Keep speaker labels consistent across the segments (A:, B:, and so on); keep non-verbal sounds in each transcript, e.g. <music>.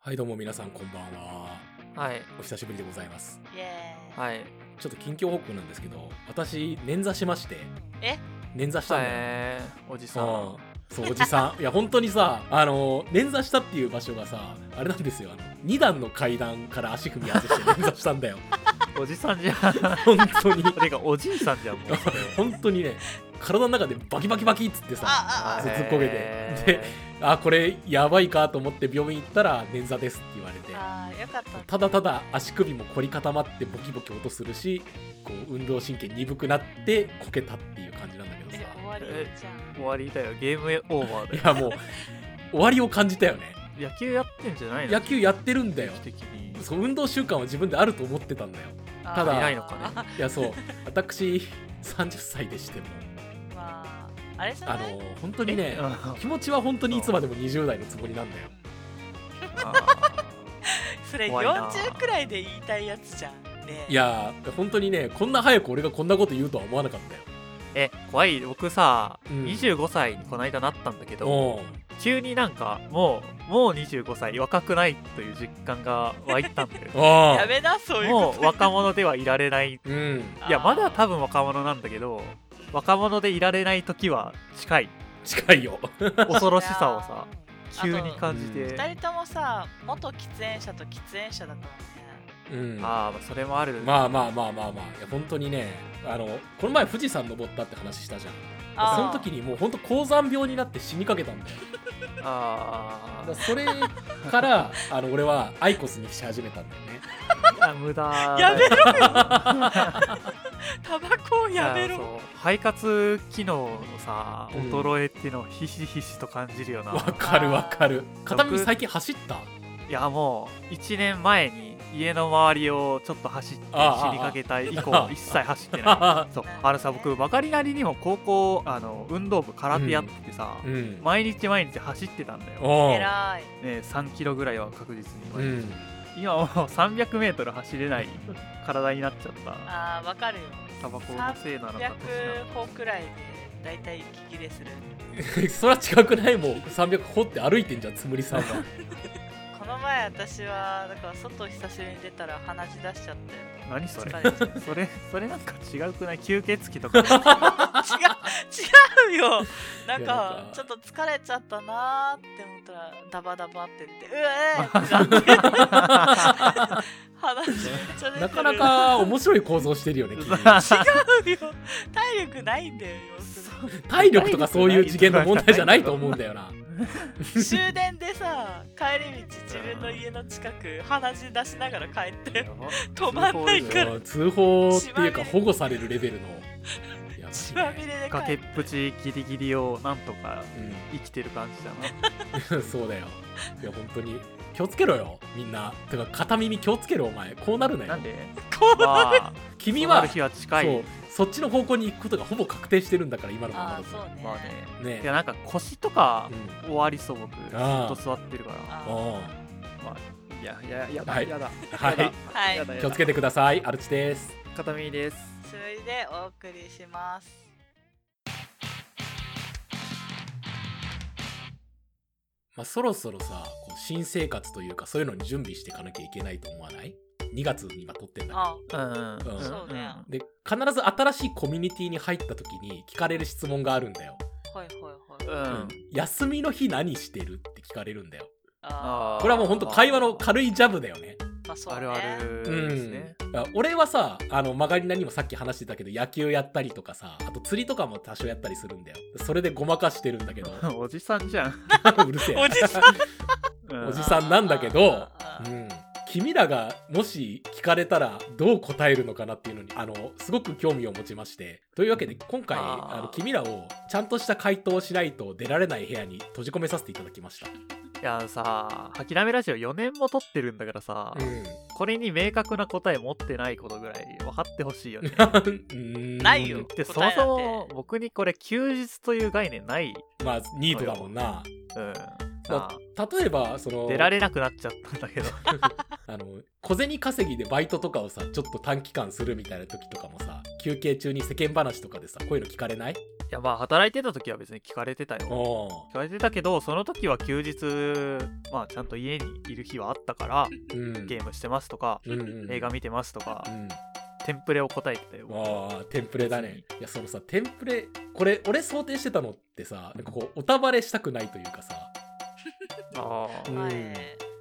A: はいどうも皆さんこんばんは
B: はい。
A: お久しぶりでございます
C: イエーイ、
B: はい。
A: ちょっと近況報告なんですけど私捻挫しまして
C: え
A: 捻挫したんだよ、
B: えー、おじさん。
A: うんそうおじさんいや本当にさあの捻挫したっていう場所がさあれなんですよあの2段の階段から足踏み外して捻挫したんだよ
B: おじさんじゃ
A: <laughs>
B: ん。
A: 本当に
B: てか、おじいさんじゃん、 <laughs> もうそれ。
A: 本当にね体の中でバキバキバキっつってさ
C: ああ
A: ずっこけてであこれやばいかと思って病院行ったら捻挫ですって言われて
C: ああーよかった
A: ただただ足首も凝り固まってボキボキ音するしこう運動神経鈍くなってこけたっていう感じなんだけど
C: え
A: さ
C: 終わりじゃん
B: 終わりだよ。ゲームオーバーだ
A: いやもう終わりを感じたよね
B: よ。野球やってんじゃないの
A: 野球やってるんだよ
B: 定期的に。
A: そう運動習慣は自分であると思ってたんだよ
C: あー
A: ただ
B: いないのかね
A: いやそう私30歳でしても
C: まああれじゃ
A: あ
C: ない
A: の本当にね
B: えあ
A: 気持ちは本当にいつまでも20代のつもりなんだよ
B: あ
C: それ
B: 怖いな
C: 40くらいで言いたいやつじゃんね
A: いや本当にねこんな早く俺がこんなこと言うとは思わなかったよ
B: え、怖い。僕さ、
A: うん
B: 25歳にこないだなったんだけど、
A: おうん。
B: 急になんか、もう、もう25歳、若くないという実感が湧いたんだよ
A: <laughs> お
C: やめなそういうこ
B: もう若者ではいられない。
A: ううん
C: と
B: いや、まだ多分若者なんだけど、若者でいられない時は近
C: <laughs>
B: い。
A: 近いよ
B: 恐ろしさをさ、
C: いや
B: 急
C: ー
B: に感じ
A: あ
B: て。
C: 2人ともさ元喫煙者と喫煙者だから
A: うん
B: ああ、それもある。
A: まあまあまあまあまあいや本当にねあのこの前富士山登ったって話したじゃん
C: あー
A: その時にもう本当高山病になって死にかけたんだよだ
B: あ
A: からそれから <laughs> あの俺はアイコスにし始めたんだよね
B: ーあ、無駄。
C: <laughs> やめ
B: ろ <laughs>
C: ねタバコをやめろ。
B: 肺活機能のさ、
A: うん
B: 衰えっていうのをひしひしと感じるよな。
A: わかるわかる片耳最近走った
B: いや、もう、1年前に家の周りをちょっと走って死
A: あー
B: にかけた以
A: あ
B: 降、
A: ー
B: 一切走ってない。
A: あ
B: そう。あのさ、僕、曲がりなりにも高校、あの、運動部空手やっててさ、
A: <laughs> うん
B: 毎日毎日走ってたんだよ。
A: おう
C: 偉い
B: ね、3キロぐらいは確実に
A: う
B: 毎日。
A: ん <laughs>
B: 今もう300メートル走れない体になっちゃった。
C: あーわかるよ
B: タバコのせいなのか年なの
C: 300歩くらいでだいたい息切れする
A: そら違くないもう300歩って歩いてんじゃんつむりさんが
C: <laughs> この前私はだから外久しぶりに出たら鼻血出しちゃって
B: か何それ
C: 疲れちゃった
B: それそれなんか違うくない吸血鬼とか
C: 違う違うよない
A: やなん
C: んか
A: か
C: ちょっと疲れちゃったなーって思ったらダバダバって言ってうえーってなって話めっちゃ出てる
A: なかなか面白い構造してるよね君
C: 違うよ体力ないんだよ要す
A: 体力とかそういう次元の問題じゃないと思うんだよな
C: るに終電でさ帰り道自分の家の近く鼻血出しながら帰って止まんないから
A: もう通報っていうか保護されるレベルのいや
C: 血まみれで帰
B: 崖
C: っ
B: っぷちギリギリをなんとか
A: うん
B: 生きてる感じだな
A: <laughs> そうだよ。いや、本当に。気をつけろよ、みんな。てか、片耳気をつけろ、お前。こうなるなよ
B: なん。で
C: こう
B: まあ
A: 君
B: そうな
A: は、
B: る
A: そ、
B: 日は近いう
A: そっちの方向に行くことがほぼ確定してるんだから、今のまま
C: あ
A: だ
C: ーそう
A: と。
C: ね,、
B: まあね
A: ね
B: いやなんか腰とか
A: うん
B: 終わりそう僕ずっ
A: あー
B: と座ってるから
C: あ
A: おう
B: まあいやいややだ、
A: はい
B: やだ
A: はい
B: やだ
C: はい
B: やだやだ
A: 気をつけてください、アルチです。
B: 片耳です
C: ーそれでお送りします
A: まあ、そろそろさ、こう新生活というか、そういうのに準備していかなきゃいけないと思わない ?2 月に今撮ってんだけど。
C: あ
B: うんうん
A: うん
C: そうね
A: で、必ず新しいコミュニティに入った時に聞かれる質問があるんだよ。
C: はいはいは
B: う
C: い
B: ん、うん
A: 休みの日何してるって聞かれるんだよ。
C: あ
B: あー
A: これはもう本当会話の軽いジャブだよね。
C: ーまあそうね
B: あるあるですね、
A: うん、あ俺はさあの曲がりなにもさっき話してたけど野球やったりとかさあと釣りとかも多少やったりするんだよそれでごまかしてるんだけど
B: おじさんじゃん、
A: うるせえ
C: おじさん
B: うん
A: おじさんなんだけど
C: あー
A: うん、君らがもし聞かれたらどう答えるのかなっていうのにあのすごく興味を持ちましてというわけで今回
B: あ
A: あ
B: ー
A: の君らをちゃんとした回答をしないと出られない部屋に閉じ込めさせていただきました、
B: いやさあ諦めラジオ4年も撮ってるんだからさ、
A: う
B: これに明確な答え持ってないことぐらい分かってほしいよね。
A: んうん、
C: ないよ
B: で、そ
C: 答
B: も
C: えなんて
B: そも僕にこれ休日という概念ない。
A: まあニートだもんな
B: うん。
A: だ
B: さあ
A: 例えばその
B: 出られなくなっちゃったんだけど。 <laughs>
A: あの小銭稼ぎでバイトとかをさちょっと短期間するみたいな時とかもさ休憩中に世間話とかでさこういうの聞かれない
B: いやまあ働いてた時は別に聞かれてたよ聞
A: お
B: かれてたけどその時は休日まあちゃんと家にいる日はあったから
A: ーうん
B: ゲームしてますとか
A: うんうん
B: 映画見てますとか
A: うん
B: テンプレを答えてたよ
A: ああテンプレだねいやそのさテンプレこれ俺想定してたのってさなんかこうおたばれしたくないというかさ
B: あ
A: う
B: ー
A: ん
C: はい。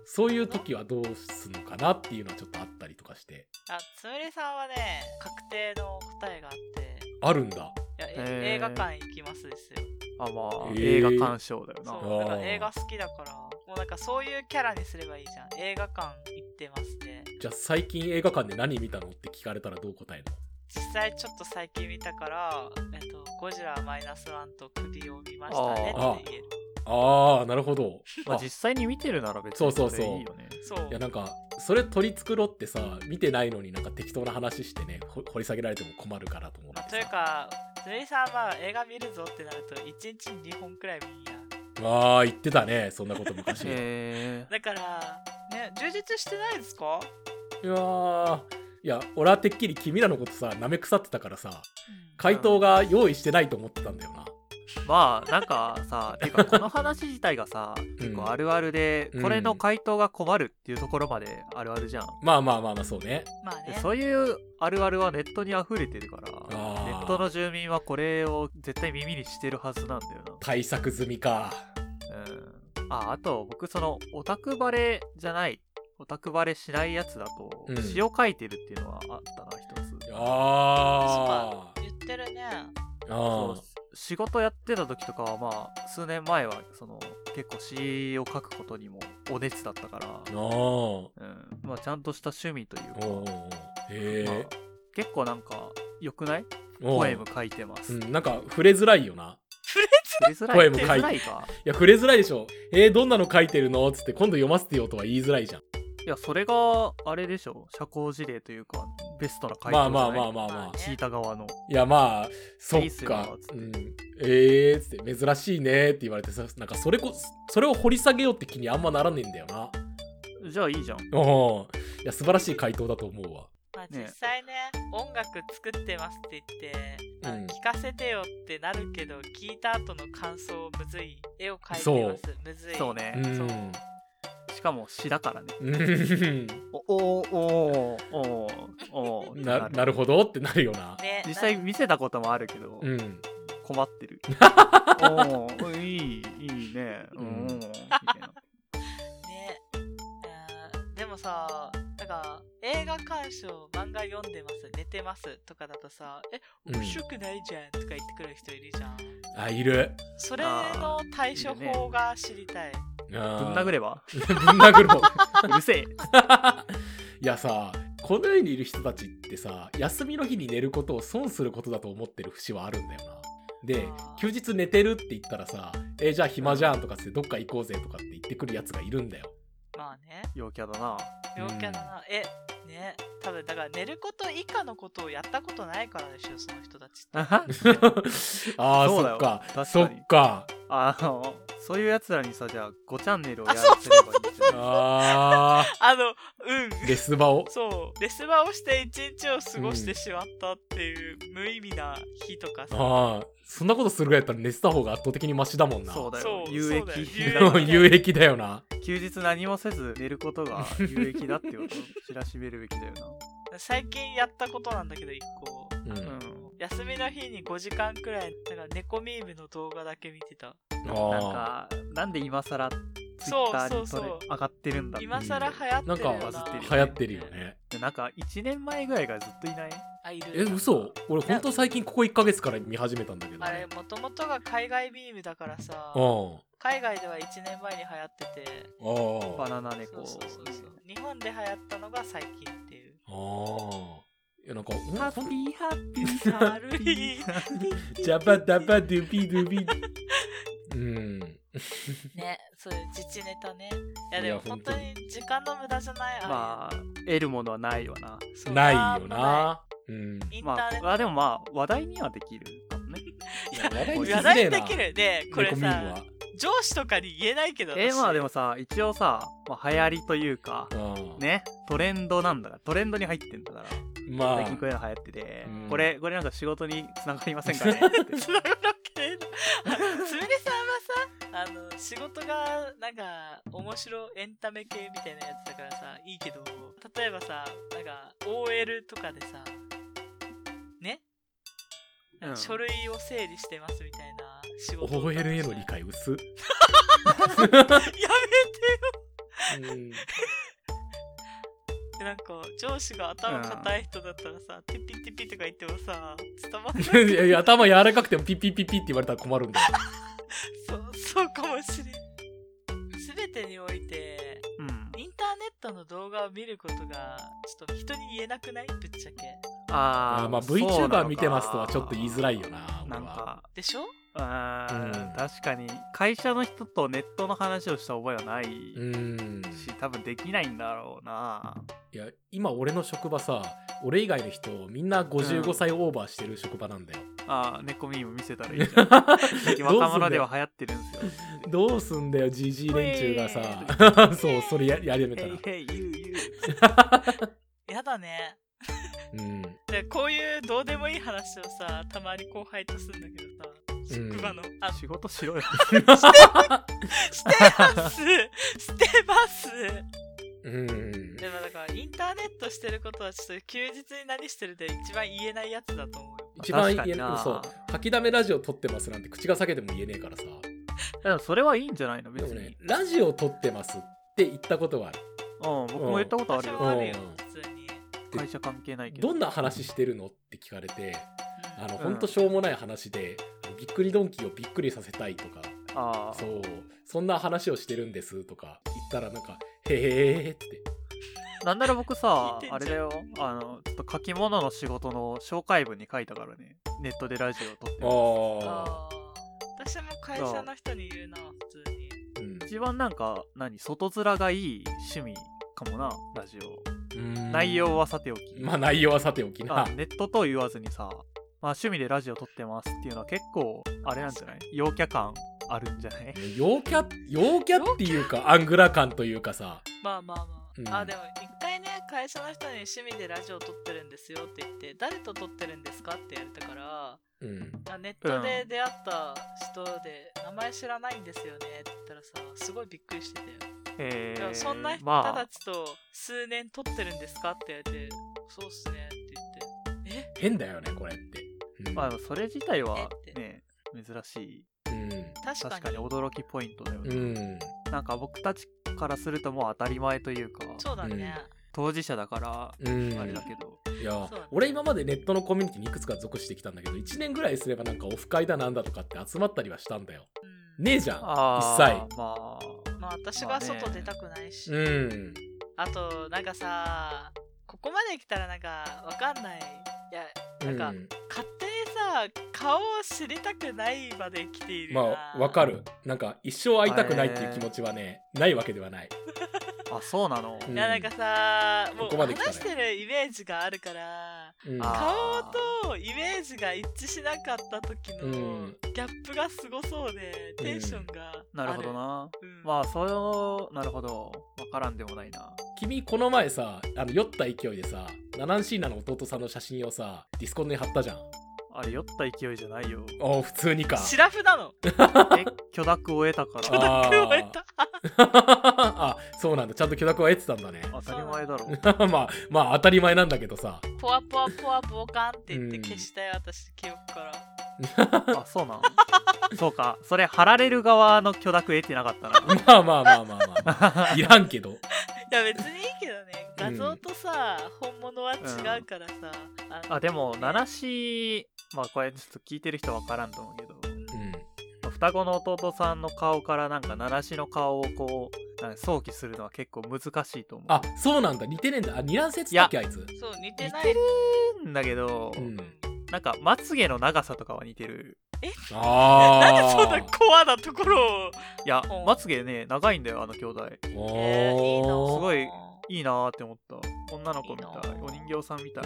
A: そういう時はどうすんのかなっていうのはちょっとあったりとかして
C: あ、つむりさんはね、確定の答えがあって、
A: あるんだ
C: いや、え
B: へー
C: 映画館行きますですよ。
B: あまあ、
A: えー
B: 映画鑑賞だよな
C: そう、だか
A: あー
C: ら映画好きだから、もうなんかそういうキャラにすればいいじゃん。映画館行ってますね。
A: じゃあ最近映画館で何見たのって聞かれたらどう答えるの
C: 実際ちょっと最近見たから、えっと、ゴジラマイナスワンと首を見ましたねって言える。
A: ああなるほど
B: まあ
A: あ
B: 実際に見てるなら別
A: そう
B: に
A: そう
B: そ
A: そう
B: れいいよね
C: そう
A: いや。なんかそれ取り繕ってさ見てないのになんか適当な話してねほ掘り下げられても困るからと思って
C: ま
A: さ
C: あ、というか、つむりさんは映画見るぞってなると、1日に2本くらい見んや。
A: ああ言ってたねそんなこと昔、
B: へ
C: だから、ね、充実してないですか
A: いやーいや俺はてっきり君らのことさ舐め腐ってたからさ回答が用意してないと思ってたんだよな
B: ーまあなんかさてかこの話自体がさ結構あるあるで、
A: うん
B: これの回答が困るっていうところまであるあるじゃん、
A: まあまあまあまあそうね
C: まあね
B: で。そういうあるあるはネットに溢れてるから
A: あー
B: ネットの住民はこれを絶対耳にしてるはずなんだよ
A: 対策済みか
B: なうんああと僕そのオタクバレじゃないオタクバレしないやつだと、
A: うん
B: 詩を書いてるっていうのはあったな一つ
A: あ
C: 言ってるね。
A: ーあ
B: そう仕事やってた時とかはまあ数年前はその結構詩を書くことにもお熱だったから、
A: ーあ
B: うんまあ、ちゃんとした趣味という
A: ー
B: か、
A: おーへ
B: まあ
A: え、
B: 結構なんか良くない
A: おー
B: ポエム書いてます、
A: う
B: 触
A: ん、なんか触れづらいよな
B: れづらい
A: ポエム書い
B: 触れづら
A: い
B: いか
A: や触れづらいでしょえー、どんなの書いてるのつって今度読ませてよとは言いづらいじゃん
B: いやそれがあれでしょ社交辞令というかベストな回答じ
A: ま
B: ゃな
A: あ
B: い
A: まあまあまあまあ
C: ね
B: 聞いた側の
A: いやまあそ
B: いい
A: っ
B: っすよ
A: か
B: つっ
A: う
B: て
A: ん、えーっつって珍しいねって言われてさなんかそれこそれを掘り下げようって気にあんまならねえんだよな
B: じゃあいいじゃん
A: おいや素晴らしい回答だと思うわ
C: まあ、
B: ね
C: 実際ね音楽作ってますって言って、あの
A: うん
C: 聞かせてよってなるけど聞いた後の感想むずい絵を描いてますむずい
B: そうね
A: う、
C: そうん
B: しかも詩だからね
A: うん
B: おおーおーおーおお
A: ななるほどってなるよな
C: ね
B: 実際見せたこともあるけど、
A: うん
B: 困っ
A: <laughs>
B: てる。おーいい、いいね。
A: う
B: うんん。みたいな
C: なねうんでもさなんか映画鑑賞漫画読んでます寝てますとかだとさえ
A: うん
C: 面白くないじゃんとか言ってくる人いるじゃん
A: あいる
C: それの対処
B: あーいるね
C: 法が知りたい
A: ぶん
B: ぶん殴
A: れ <laughs>
B: れば
A: ぶん殴ろう
B: うるせえ。
A: いやさこの世にいる人たちってさ休みの日に寝ることを損することだと思ってる節はあるんだよなで
C: あー
A: 休日寝てるって言ったらさ「えじゃあ暇じゃん」とかってどっか行こうぜとかって言ってくるやつがいるんだよ
C: まあね
B: 陽キャだな。
C: 陽キャだな、えね多分だから寝ること以下のことをやったことないからでしょその人たちって
A: <laughs>
B: あは
A: あー
B: そうだ
A: そっ
B: よ
A: か
B: 確かに
A: そっか
B: あの、そういうやつらにさ、じゃあ、5チャンネルをやらせればいいじゃん。
A: あ
C: あのうん
A: ーレス場を
C: そうレスバをして一日を過ごしてしまったっていう無意味な日とかさ、
A: ああそんなことするぐらいだったら寝てた方が圧倒的にマシだもんな
B: そうだ
C: そ
B: よ。
C: う
B: 有
C: そうだ
B: 益。
C: よだ
A: <laughs> 有益だよな
B: 休日何もせず寝ることが有益だってことを知らしめるべきだよ
C: 最近やったことなんだけど一個
A: うん
B: な。
A: あ
B: う
C: 休みの日に5時間くらいだから猫ミームの動画だけ見てた
B: ん。なん
A: あ
B: か、なんで今更、ツイ
C: そう
B: ッター
C: そ
B: に
C: う
B: そ
C: そう
B: れ上がってるんだっていう
C: 今更流行ってるよな
A: なん
B: かバズってる
A: 流行ってるよね
B: でなんか1年前ぐらいからずっといない
C: あいる
A: え嘘俺ほんと最近ここ1ヶ月から見始めたんだけど
C: あれもともとが海外ビームだからさ
A: うん
C: 海外では1年前に流行ってて
A: あ
B: バ
A: あ
B: ナナ
C: そ
B: 猫
C: うそうそうそう日本で流行ったのが最近っていう
A: ああいやなんか
B: ハッピーハッピーハ
C: 軽
B: ッピ
C: い
A: <laughs> <laughs>
B: ー
A: ジャバダバドゥビドゥビうん
C: ねそういう自治ネタねいや
A: い
C: で
A: や
C: も
A: 本
C: 本
A: 当
C: 当
A: に
C: に時間の無駄じゃないあれ
B: まあ得るものはないよな
C: そう
A: ない
C: ん
A: よ
C: もな
A: なうん
C: いインタ
B: ま
C: ーネット
B: ああでもまあ話題にはできるかもね
A: いや話題に
B: い
A: しづ
B: や
C: 話
A: れえ
C: 題
A: な
C: できるでこれ
A: 猫ミーム
C: さ上司とかに言えないけど
B: えー
C: 私
B: まあで
C: <laughs>
B: もさ一応さ、まあ、流行りというか
A: はうん
B: ねトレンドなんだからトレンドに入ってんだから
A: まあ
B: 最近こういうの流行ってて
A: うん <laughs>
B: これこれなんか仕事につながりませんかねって
C: つながるわけすみれさんはさあの仕事がなんか面白エンタメ系みたいなやつだからさいいけど例えばさなんか OL とかでさね、
B: うん
C: 書類を整理してますみたいな仕事
A: OL への理解薄っ
C: やめてよでなんか上司が頭固い人だったらさ、ティピティピとか言ってもさ伝わんない
A: うんいやいや頭柔らかくてもピッピッピッピって言われたら困るんだよ
C: そうそうかもしれん全てにおいて
B: うん。
C: インターネットの動画を見ることがちょっと人に言えなくないぶっちゃけ
B: あ
A: あ
B: ー
A: ーまあ
B: そうなのか
A: VTuber 見てますとはちょっと言いづらいよな
B: な
A: 俺
B: ん
A: は
B: か、
C: でしょ
B: あー
A: うん
B: 確かに、会社の人とネットの話をした覚えはないし、
A: うん
B: 多分できないんだろうな。
A: いや今俺の職場さ俺以外の人みんな55歳オーバーしてる職場なんだよ、
B: あー、猫ミーム見せたらいいじ
A: <laughs>
B: ゃん。最近若者では流行ってるんですよ。
A: どうすんだよジジイ連中がさ <laughs> そうそれややりやめたら、
B: へいへい、ゆうゆう。
C: やだね
A: うん、
C: でこういうどうでもいい話をさたまに後輩とするんだけどさ職場の、あ
B: 仕事しろよ。
C: して
B: <laughs>
C: ますしてます
A: うん
C: でもだからインターネットしてることはちょっと休日に何してるで一番言えないやつだと思うよ
A: <laughs> 一番言
B: 確
A: え
B: かにな
A: そう吐きだめラジオ撮ってますなんて口が裂けても言えねえからさ
B: でもそれはいいんじゃないの
A: で
B: 別
A: も
B: に、
A: ねラジオ撮ってますって言ったことはある
B: うん僕も言ったことある
C: 私もあ
B: よ、
C: るよ
A: うん
C: 普通に
A: うん
B: 会社関係ないけど
A: どんな話してるのって聞かれてあの
B: うん
A: ほんとしょうもない話で、びっくりドンキーをびっくりさせたいとか
B: あ
A: そうそんな話をしてるんですとか言ったらなんか「へえ」って
B: あなんなら僕さ
C: 聞いて
B: あ
C: ん
B: れ
C: じ
B: だ
C: ゃん
B: よあのちょっと書き物の仕事の紹介文に書いたからねネットでラジオを撮ってる
A: ああ
C: あー私も会社の人に言うな普通に
A: うん
B: 一番なんか何外面がいい趣味かもなラジオ内容はさておき、
A: まあ内容はさておきな
B: あネットとは言わずにさ、まあ、趣味でラジオ撮ってますっていうのは結構あれなんじゃない陽キャ感あるんじゃない
A: 陽キャ陽キャっていうかアングラ感というかさ
C: まあまあまあ、
A: うん
C: あでも一回ね会社の人に趣味でラジオ撮ってるんですよって言って誰と撮ってるんですかってやれたから
A: うん
C: あネットで出会った人で名前知らないんですよねって言ったらさすごいびっくりしてて、
B: え
C: でも
B: ー、
C: そんな人
B: ま
C: たちと数年撮ってるんですかって言われてそうっすねって言って
A: 変だよねこれって、うん
B: まあそれ自体は
C: えっ
B: ね珍しい
A: うん
C: え確か
B: 確
C: に
B: かに驚きポイントだよ
A: う
B: ね、
A: ん
B: なんか僕たちからするともう当たり前というか
C: そうだね、
B: 当事者だから
A: うん
B: あれだけど、
A: いや
C: そうだね
A: 俺今までネットのコミュニティにいくつか属してきたんだけど1年ぐらいすればなんかオフ会だなんだとかって集まったりはしたんだよ
C: うん
A: ねえじゃん
B: ああ
A: 一
B: ま
C: まあ私
B: まあ
C: が
B: ね
C: 外出たくないし、
A: 切うん
C: あとなんかさここまで来たらなんかわかんないいやなんか、
A: うん
C: 勝手にさ顔を知りたくないまで来ているな
A: まあわかるなんか一生会いたくないっていう気持ちはねないわけではない
B: ああそうなの、
A: うん
C: いやなんかさ、も
A: こ
C: う
A: こまで来たね
C: 話してるイメージがあるから
A: うん
B: あ
C: 顔とイメージが一致しなかった時の
A: うん
C: ギャップがすごそうでテンションがある、
B: なるほどな
C: うん、
B: まあそのなるほどわからんでもないな
A: 君この前さあの酔った勢いでさナナンシーナの弟さんの写真をさディスコンドに貼ったじゃん
B: あれ酔った勢いじゃないよ
A: お普通にか
C: シラフなの
B: え許諾を得たから
A: あー
C: 食われた
A: <laughs> あそうなんだちゃんと許諾は得てたんだね
B: 当たり前だろ
A: <laughs> まあまあ当たり前なんだけどさ <laughs>
C: ポワポワポワボカンって言って
A: うん
C: 消したよ私記憶から
B: あそうなのそうかそれ貼られる側の許諾得てなかったな
A: まあまあまあまあまあ <laughs> いらんけど。
C: いや別にいいけどね画像とさ、本物は違うからさ、の
B: あでも七しまあこれちょっと聞いてる人わからんと思うけど
A: う
B: 双子の弟さんの顔からなんか七しの顔をこうなんか想起するのは結構難しいと思う
A: あそうなんだ似てねえんだあ二卵節だっけあいつ。
C: そう似て
B: 似
C: ない
B: てるんだけど、
A: うん
B: なんかまつげの長さとかは似てる
C: なんで
A: あ
C: そんなコアなところを
B: いや
C: うん
B: まつげね長いんだよあの兄弟
A: お
C: えーいいな
B: す
A: ー
B: ごいいいなーって思った女の子みたい
C: いいな
B: お人形さんみたい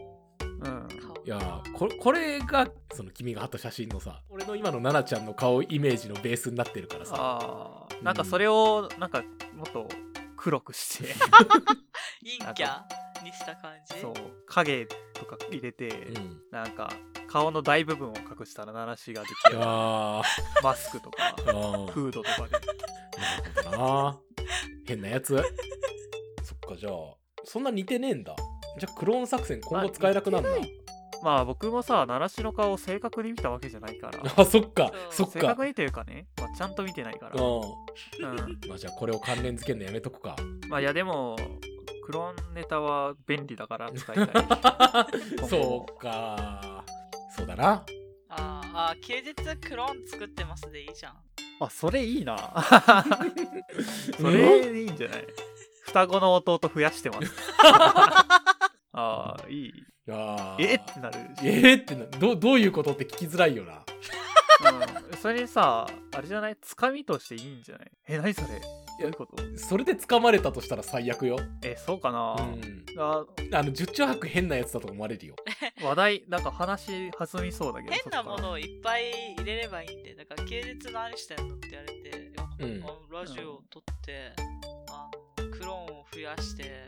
A: <laughs>
B: うん
A: いやーここれがその君が貼った写真のさ俺の今の奈々ちゃんの顔イメージのベースになってるからさ
B: あーなんかそれをなんかもっと黒くし
A: <laughs>
B: て
C: 陰キャにした感じ
B: そう影とか入れて、
A: うん
B: なんか顔の大部分を隠したら流しができる
A: あ
B: マスクとか
A: ーあー、なるほ
B: フードとかで
A: どな。変なや
B: <laughs>
A: つ。そっか、じゃあ、そんな似てねえんだ。じゃあ、クローン作戦今後使えなくなるな。
B: まあ僕もさ習志の顔を正確に見たわけじゃないから
A: あ、 <laughs> そっか、そ
C: そう
A: っ
B: 正
A: か。
B: 確にというかね、まあ、ちゃんと見てないから、
A: う
B: うん
A: ん。まあ、じゃあ、これを関連づけるのやめとく
B: <laughs>
A: か。
B: まあいやでもクローンネタは便利だから使いたい
A: そうか。そうだな。
C: あーあー、休日クローン作ってますでいいじゃん。
B: <laughs> あそれいいな
A: そ
B: <laughs> そ
A: れ
B: れいいんじゃない双子の弟増やしてます <laughs> ああいい
A: いやー
B: えってなるし、
A: えーってなどうどういうことって聞きづらいよな。
B: うんそれにさあれじゃないつかみとしていいんじゃないえ何それどういうこと
A: それで掴まれたとしたら最悪よ。
B: えそうかな
A: う、ん。
B: あ
A: あの、十中八九変なやつだと思われるよ。
B: 話題なんか話弾みそうだけど
C: 変なもの
B: そっ
C: をいっぱい入れればいいんで、だから休日何してんのって言われて、
A: うん
C: いやラジオを撮って、あのクローンを増やして、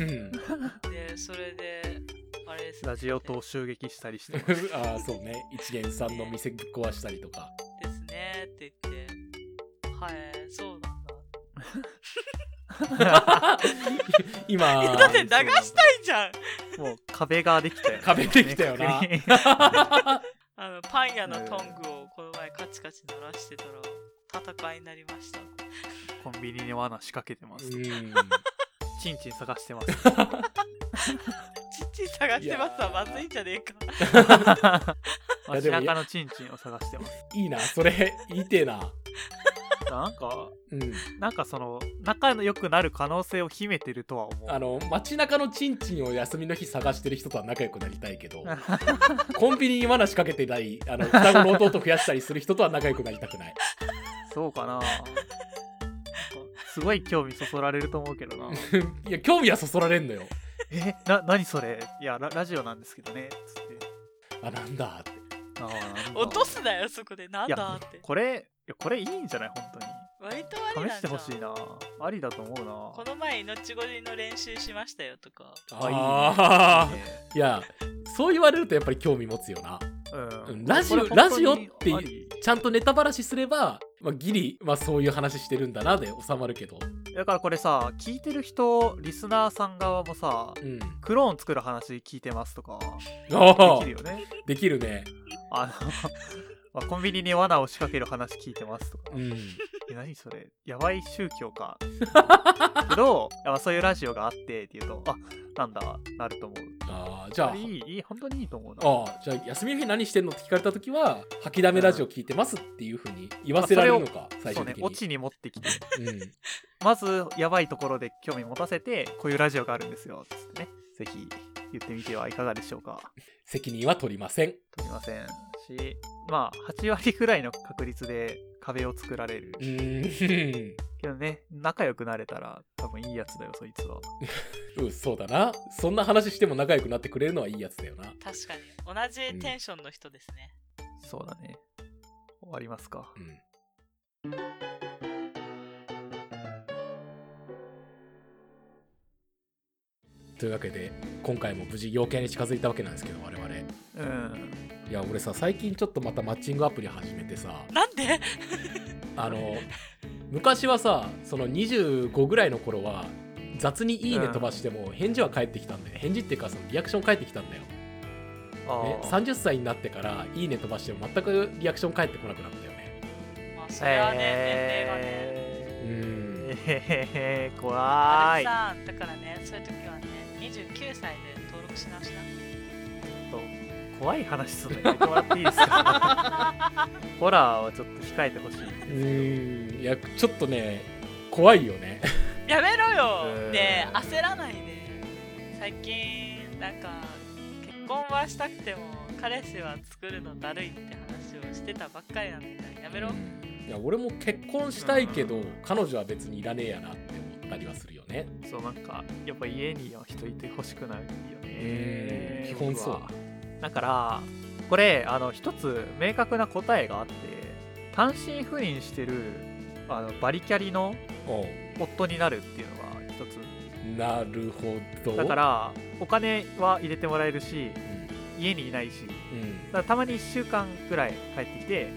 A: うん <laughs>
B: か
C: で、それで、あれですね
B: ラジオと襲撃したりして
A: ああ、そうね。一元さんの店ぶっ壊したりとか。
C: ですねって言って、はい、そうなんだ。
A: <laughs> 今、
C: いやだって <laughs> 流
B: そうなんだ
C: したいじゃん
B: もう壁ができたよね
A: 壁できたよな
B: 確認
C: あの、パン屋のトングをこの前カチカチ鳴らしてたら、戦いになりました。
B: <laughs> コンビニに罠仕掛けてます
A: う。ん。
B: チンチン探し
A: <laughs>
B: てます。
C: ちっちい探してます
A: い
C: わ、
A: や
C: ま
A: ー
C: ずいんじゃねえか。
B: 街中のチンチンを探してます。
A: いいな、それ、言いてえな。
B: なんか、
A: うん。
B: なんかその、仲良くなる可能性を秘めてるとは思う。
A: あの、街中のチンチンを休みの日探してる人とは仲良くなりたいけど、コンビニに罠仕掛けてない、あの、双子の弟増やしたりする人とは仲良くなりたくない。
B: <laughs>
A: <laughs>
B: そうかな。なんかすごい興味そそられると思うけ
A: <laughs>
B: どな。
A: いや、興味はそそられんのよ。
B: え、な、何それいやラ、ラジオなんですけどね。つって。
A: あ、なんだって。
B: あーなんだ
C: 落とすなよ、そこで。なん
B: いや
C: だって。
B: これ、いやこれいいんじゃない本当
C: 割とあり
B: に。試
C: な
B: し
C: んじ
B: て
C: ゃ
B: ほしい
C: ん。
B: な。ありだと思うな。
C: この前、命ごりの練習しましたよとか。
A: あ
B: いいね
A: いや、そう言われるとやっぱり興味持つよな。
B: う
A: うん
B: ん、
A: ラジオ
B: これ本当に
A: ラジオっていう
B: あり
A: ちゃんとネタばらしすれば、まあ、ギリ、まあ、そういう話してるんだなで収まるけど。
B: だからこれさ聞いてる人リスナーさん側もさ
A: うん。
B: クローン作る話聞いてますと
A: あ
B: かで
A: あ
B: きるよね
A: <laughs> できるね。
B: あのまあコンビニに罠を仕掛ける話聞いてますとか
A: うん。
B: え何それやばい宗
A: <laughs>
B: 教かけどやっぱそういうラジオがあってっていうとあなんだなると思う
A: ああ、じゃあ
B: これ、いいいい本当にいいと思うな
A: ああ、じゃあ、休みの日何してんのって聞かれたときは、吐きだめラジオ聞いてますっていうふうに言わせられるのか、最
B: そう
A: 終
B: ね
A: 的に。
B: オチに持ってきて
A: うん。
B: まずやばいところで興味持たせてこういうラジオがあるんですよつってねぜひ言ってみてはいかがでしょうか
A: 責任は取りません。
B: 取りませんしまあ8割くらいの確率で壁を作られる
A: うーん。
B: けどね仲良くなれたら多分いいやつだよそいつは
A: うん、そうだな。そんな話しても仲良くなってくれるのはいいやつだよな。
C: 確かに。同じテンションの人ですね。
B: そうだね終わりますか
A: うん。というわけで今回も無事要件に近づいたわけなんですけど我々い
B: うん
A: や俺さ最近ちょっとまたマッチングアプリ始めてさ
C: なんで
A: あの昔はさその25ぐらいの頃は雑に「いいね」飛ばしても返事は返ってきたんだよ返事っていうかそのリアクション返ってきたんだよ、
B: あ
A: ね、
B: あ、
A: 30歳になってから「いいね」飛ばしても全くリアクション返ってこなくなったよね
C: まあ、それはね、年齢がね。
A: う
B: えー、
A: ん
B: えー、
C: ア
B: 怖
C: レ
B: いちょ
C: さん、だからね、そういう時はね、29歳で登録し直しな
B: っと怖い話するのやめてもらっていいですかホラーはちょっと控えてほしいん
A: う
B: です
A: ーんいやちょっとね怖いよね
C: やめろよ、
B: えー
C: で焦らないで最近なんか結婚はしたくても彼氏は作るのだるいって話をしてたばっかりなんだからやめろ、
A: いや俺も結婚したいけど彼女は別にいらねえやなって思ったりはするよね
B: けどそうなんかやっぱ家には人いてほしくないよ
A: うん
B: ね
A: 基本そう
B: 僕はだからこれあの一つ明確な答えがあって単身赴任してるあのバリキャリの
A: お
B: 夫になるっていうのが一つ
A: うなるほど
B: だからお金は入れてもらえるし
A: うん
B: 家にいないし
A: うん
B: だからたまに1週間ぐらい帰ってきて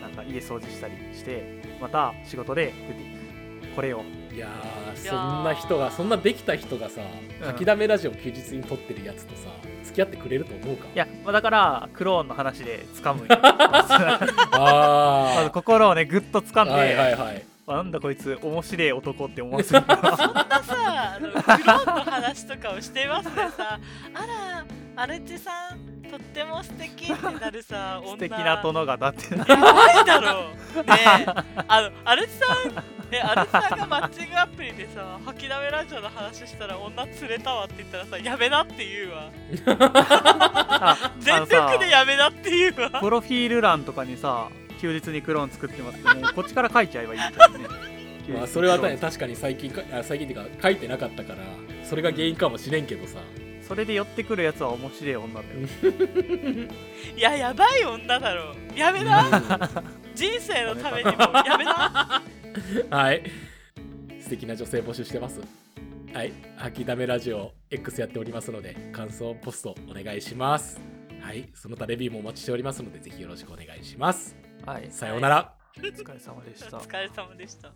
B: なんか家掃除したりしてまた仕事で出ていくこれを
A: いやーそんな人がそんなできた人がさ書きだめラジオ休日に撮ってるやつとさ付き合ってくれると思うか
B: いや、まあ、だからクローンの話で
A: <laughs>
B: 掴むんよまず
A: あ
B: 心をねぐっと掴
A: あ
B: んで、
A: はいはいはい
B: あなんだこいつ面白い男って思わせる
A: <laughs>
C: そんなさ、あのクローンの話とかをしてますでさ、あら、アルチさん、とっても素敵ってな
B: <laughs>
C: るさ、女
B: 素敵な殿がだってな
C: えない
B: <laughs>
C: だろう。ねえ、あの、アルチさん、ね、アルチさんがマッチングアプリでさ、吐きだめラジオの話したら女連れたわって言ったらさ、やめなって言うわ。
B: あ
C: 全力で
B: あのさ
C: やめなって言うわ。
B: プロフィール欄とかにさ休日にクローン作ってます
A: <laughs>
B: ってもうこっちから書いちゃえばいいからね
A: まあそれはね確かに最近かあ最近っていうか書いてなかったからそれが原因かもしれんけどさ
B: それで寄ってくるやつは面白い女だよ
C: いや、やばい女だろう。やめな。人生のためにもやめな。
A: はい素敵な女性募集してますはい吐きだめラジオ X やっておりますので感想ポストお願いしますはいその他レビューもお待ちしておりますのでぜひよろしくお願いします
B: はい
A: さようなら、
B: お疲れ様でし
C: お
B: た
C: 疲れ様でした。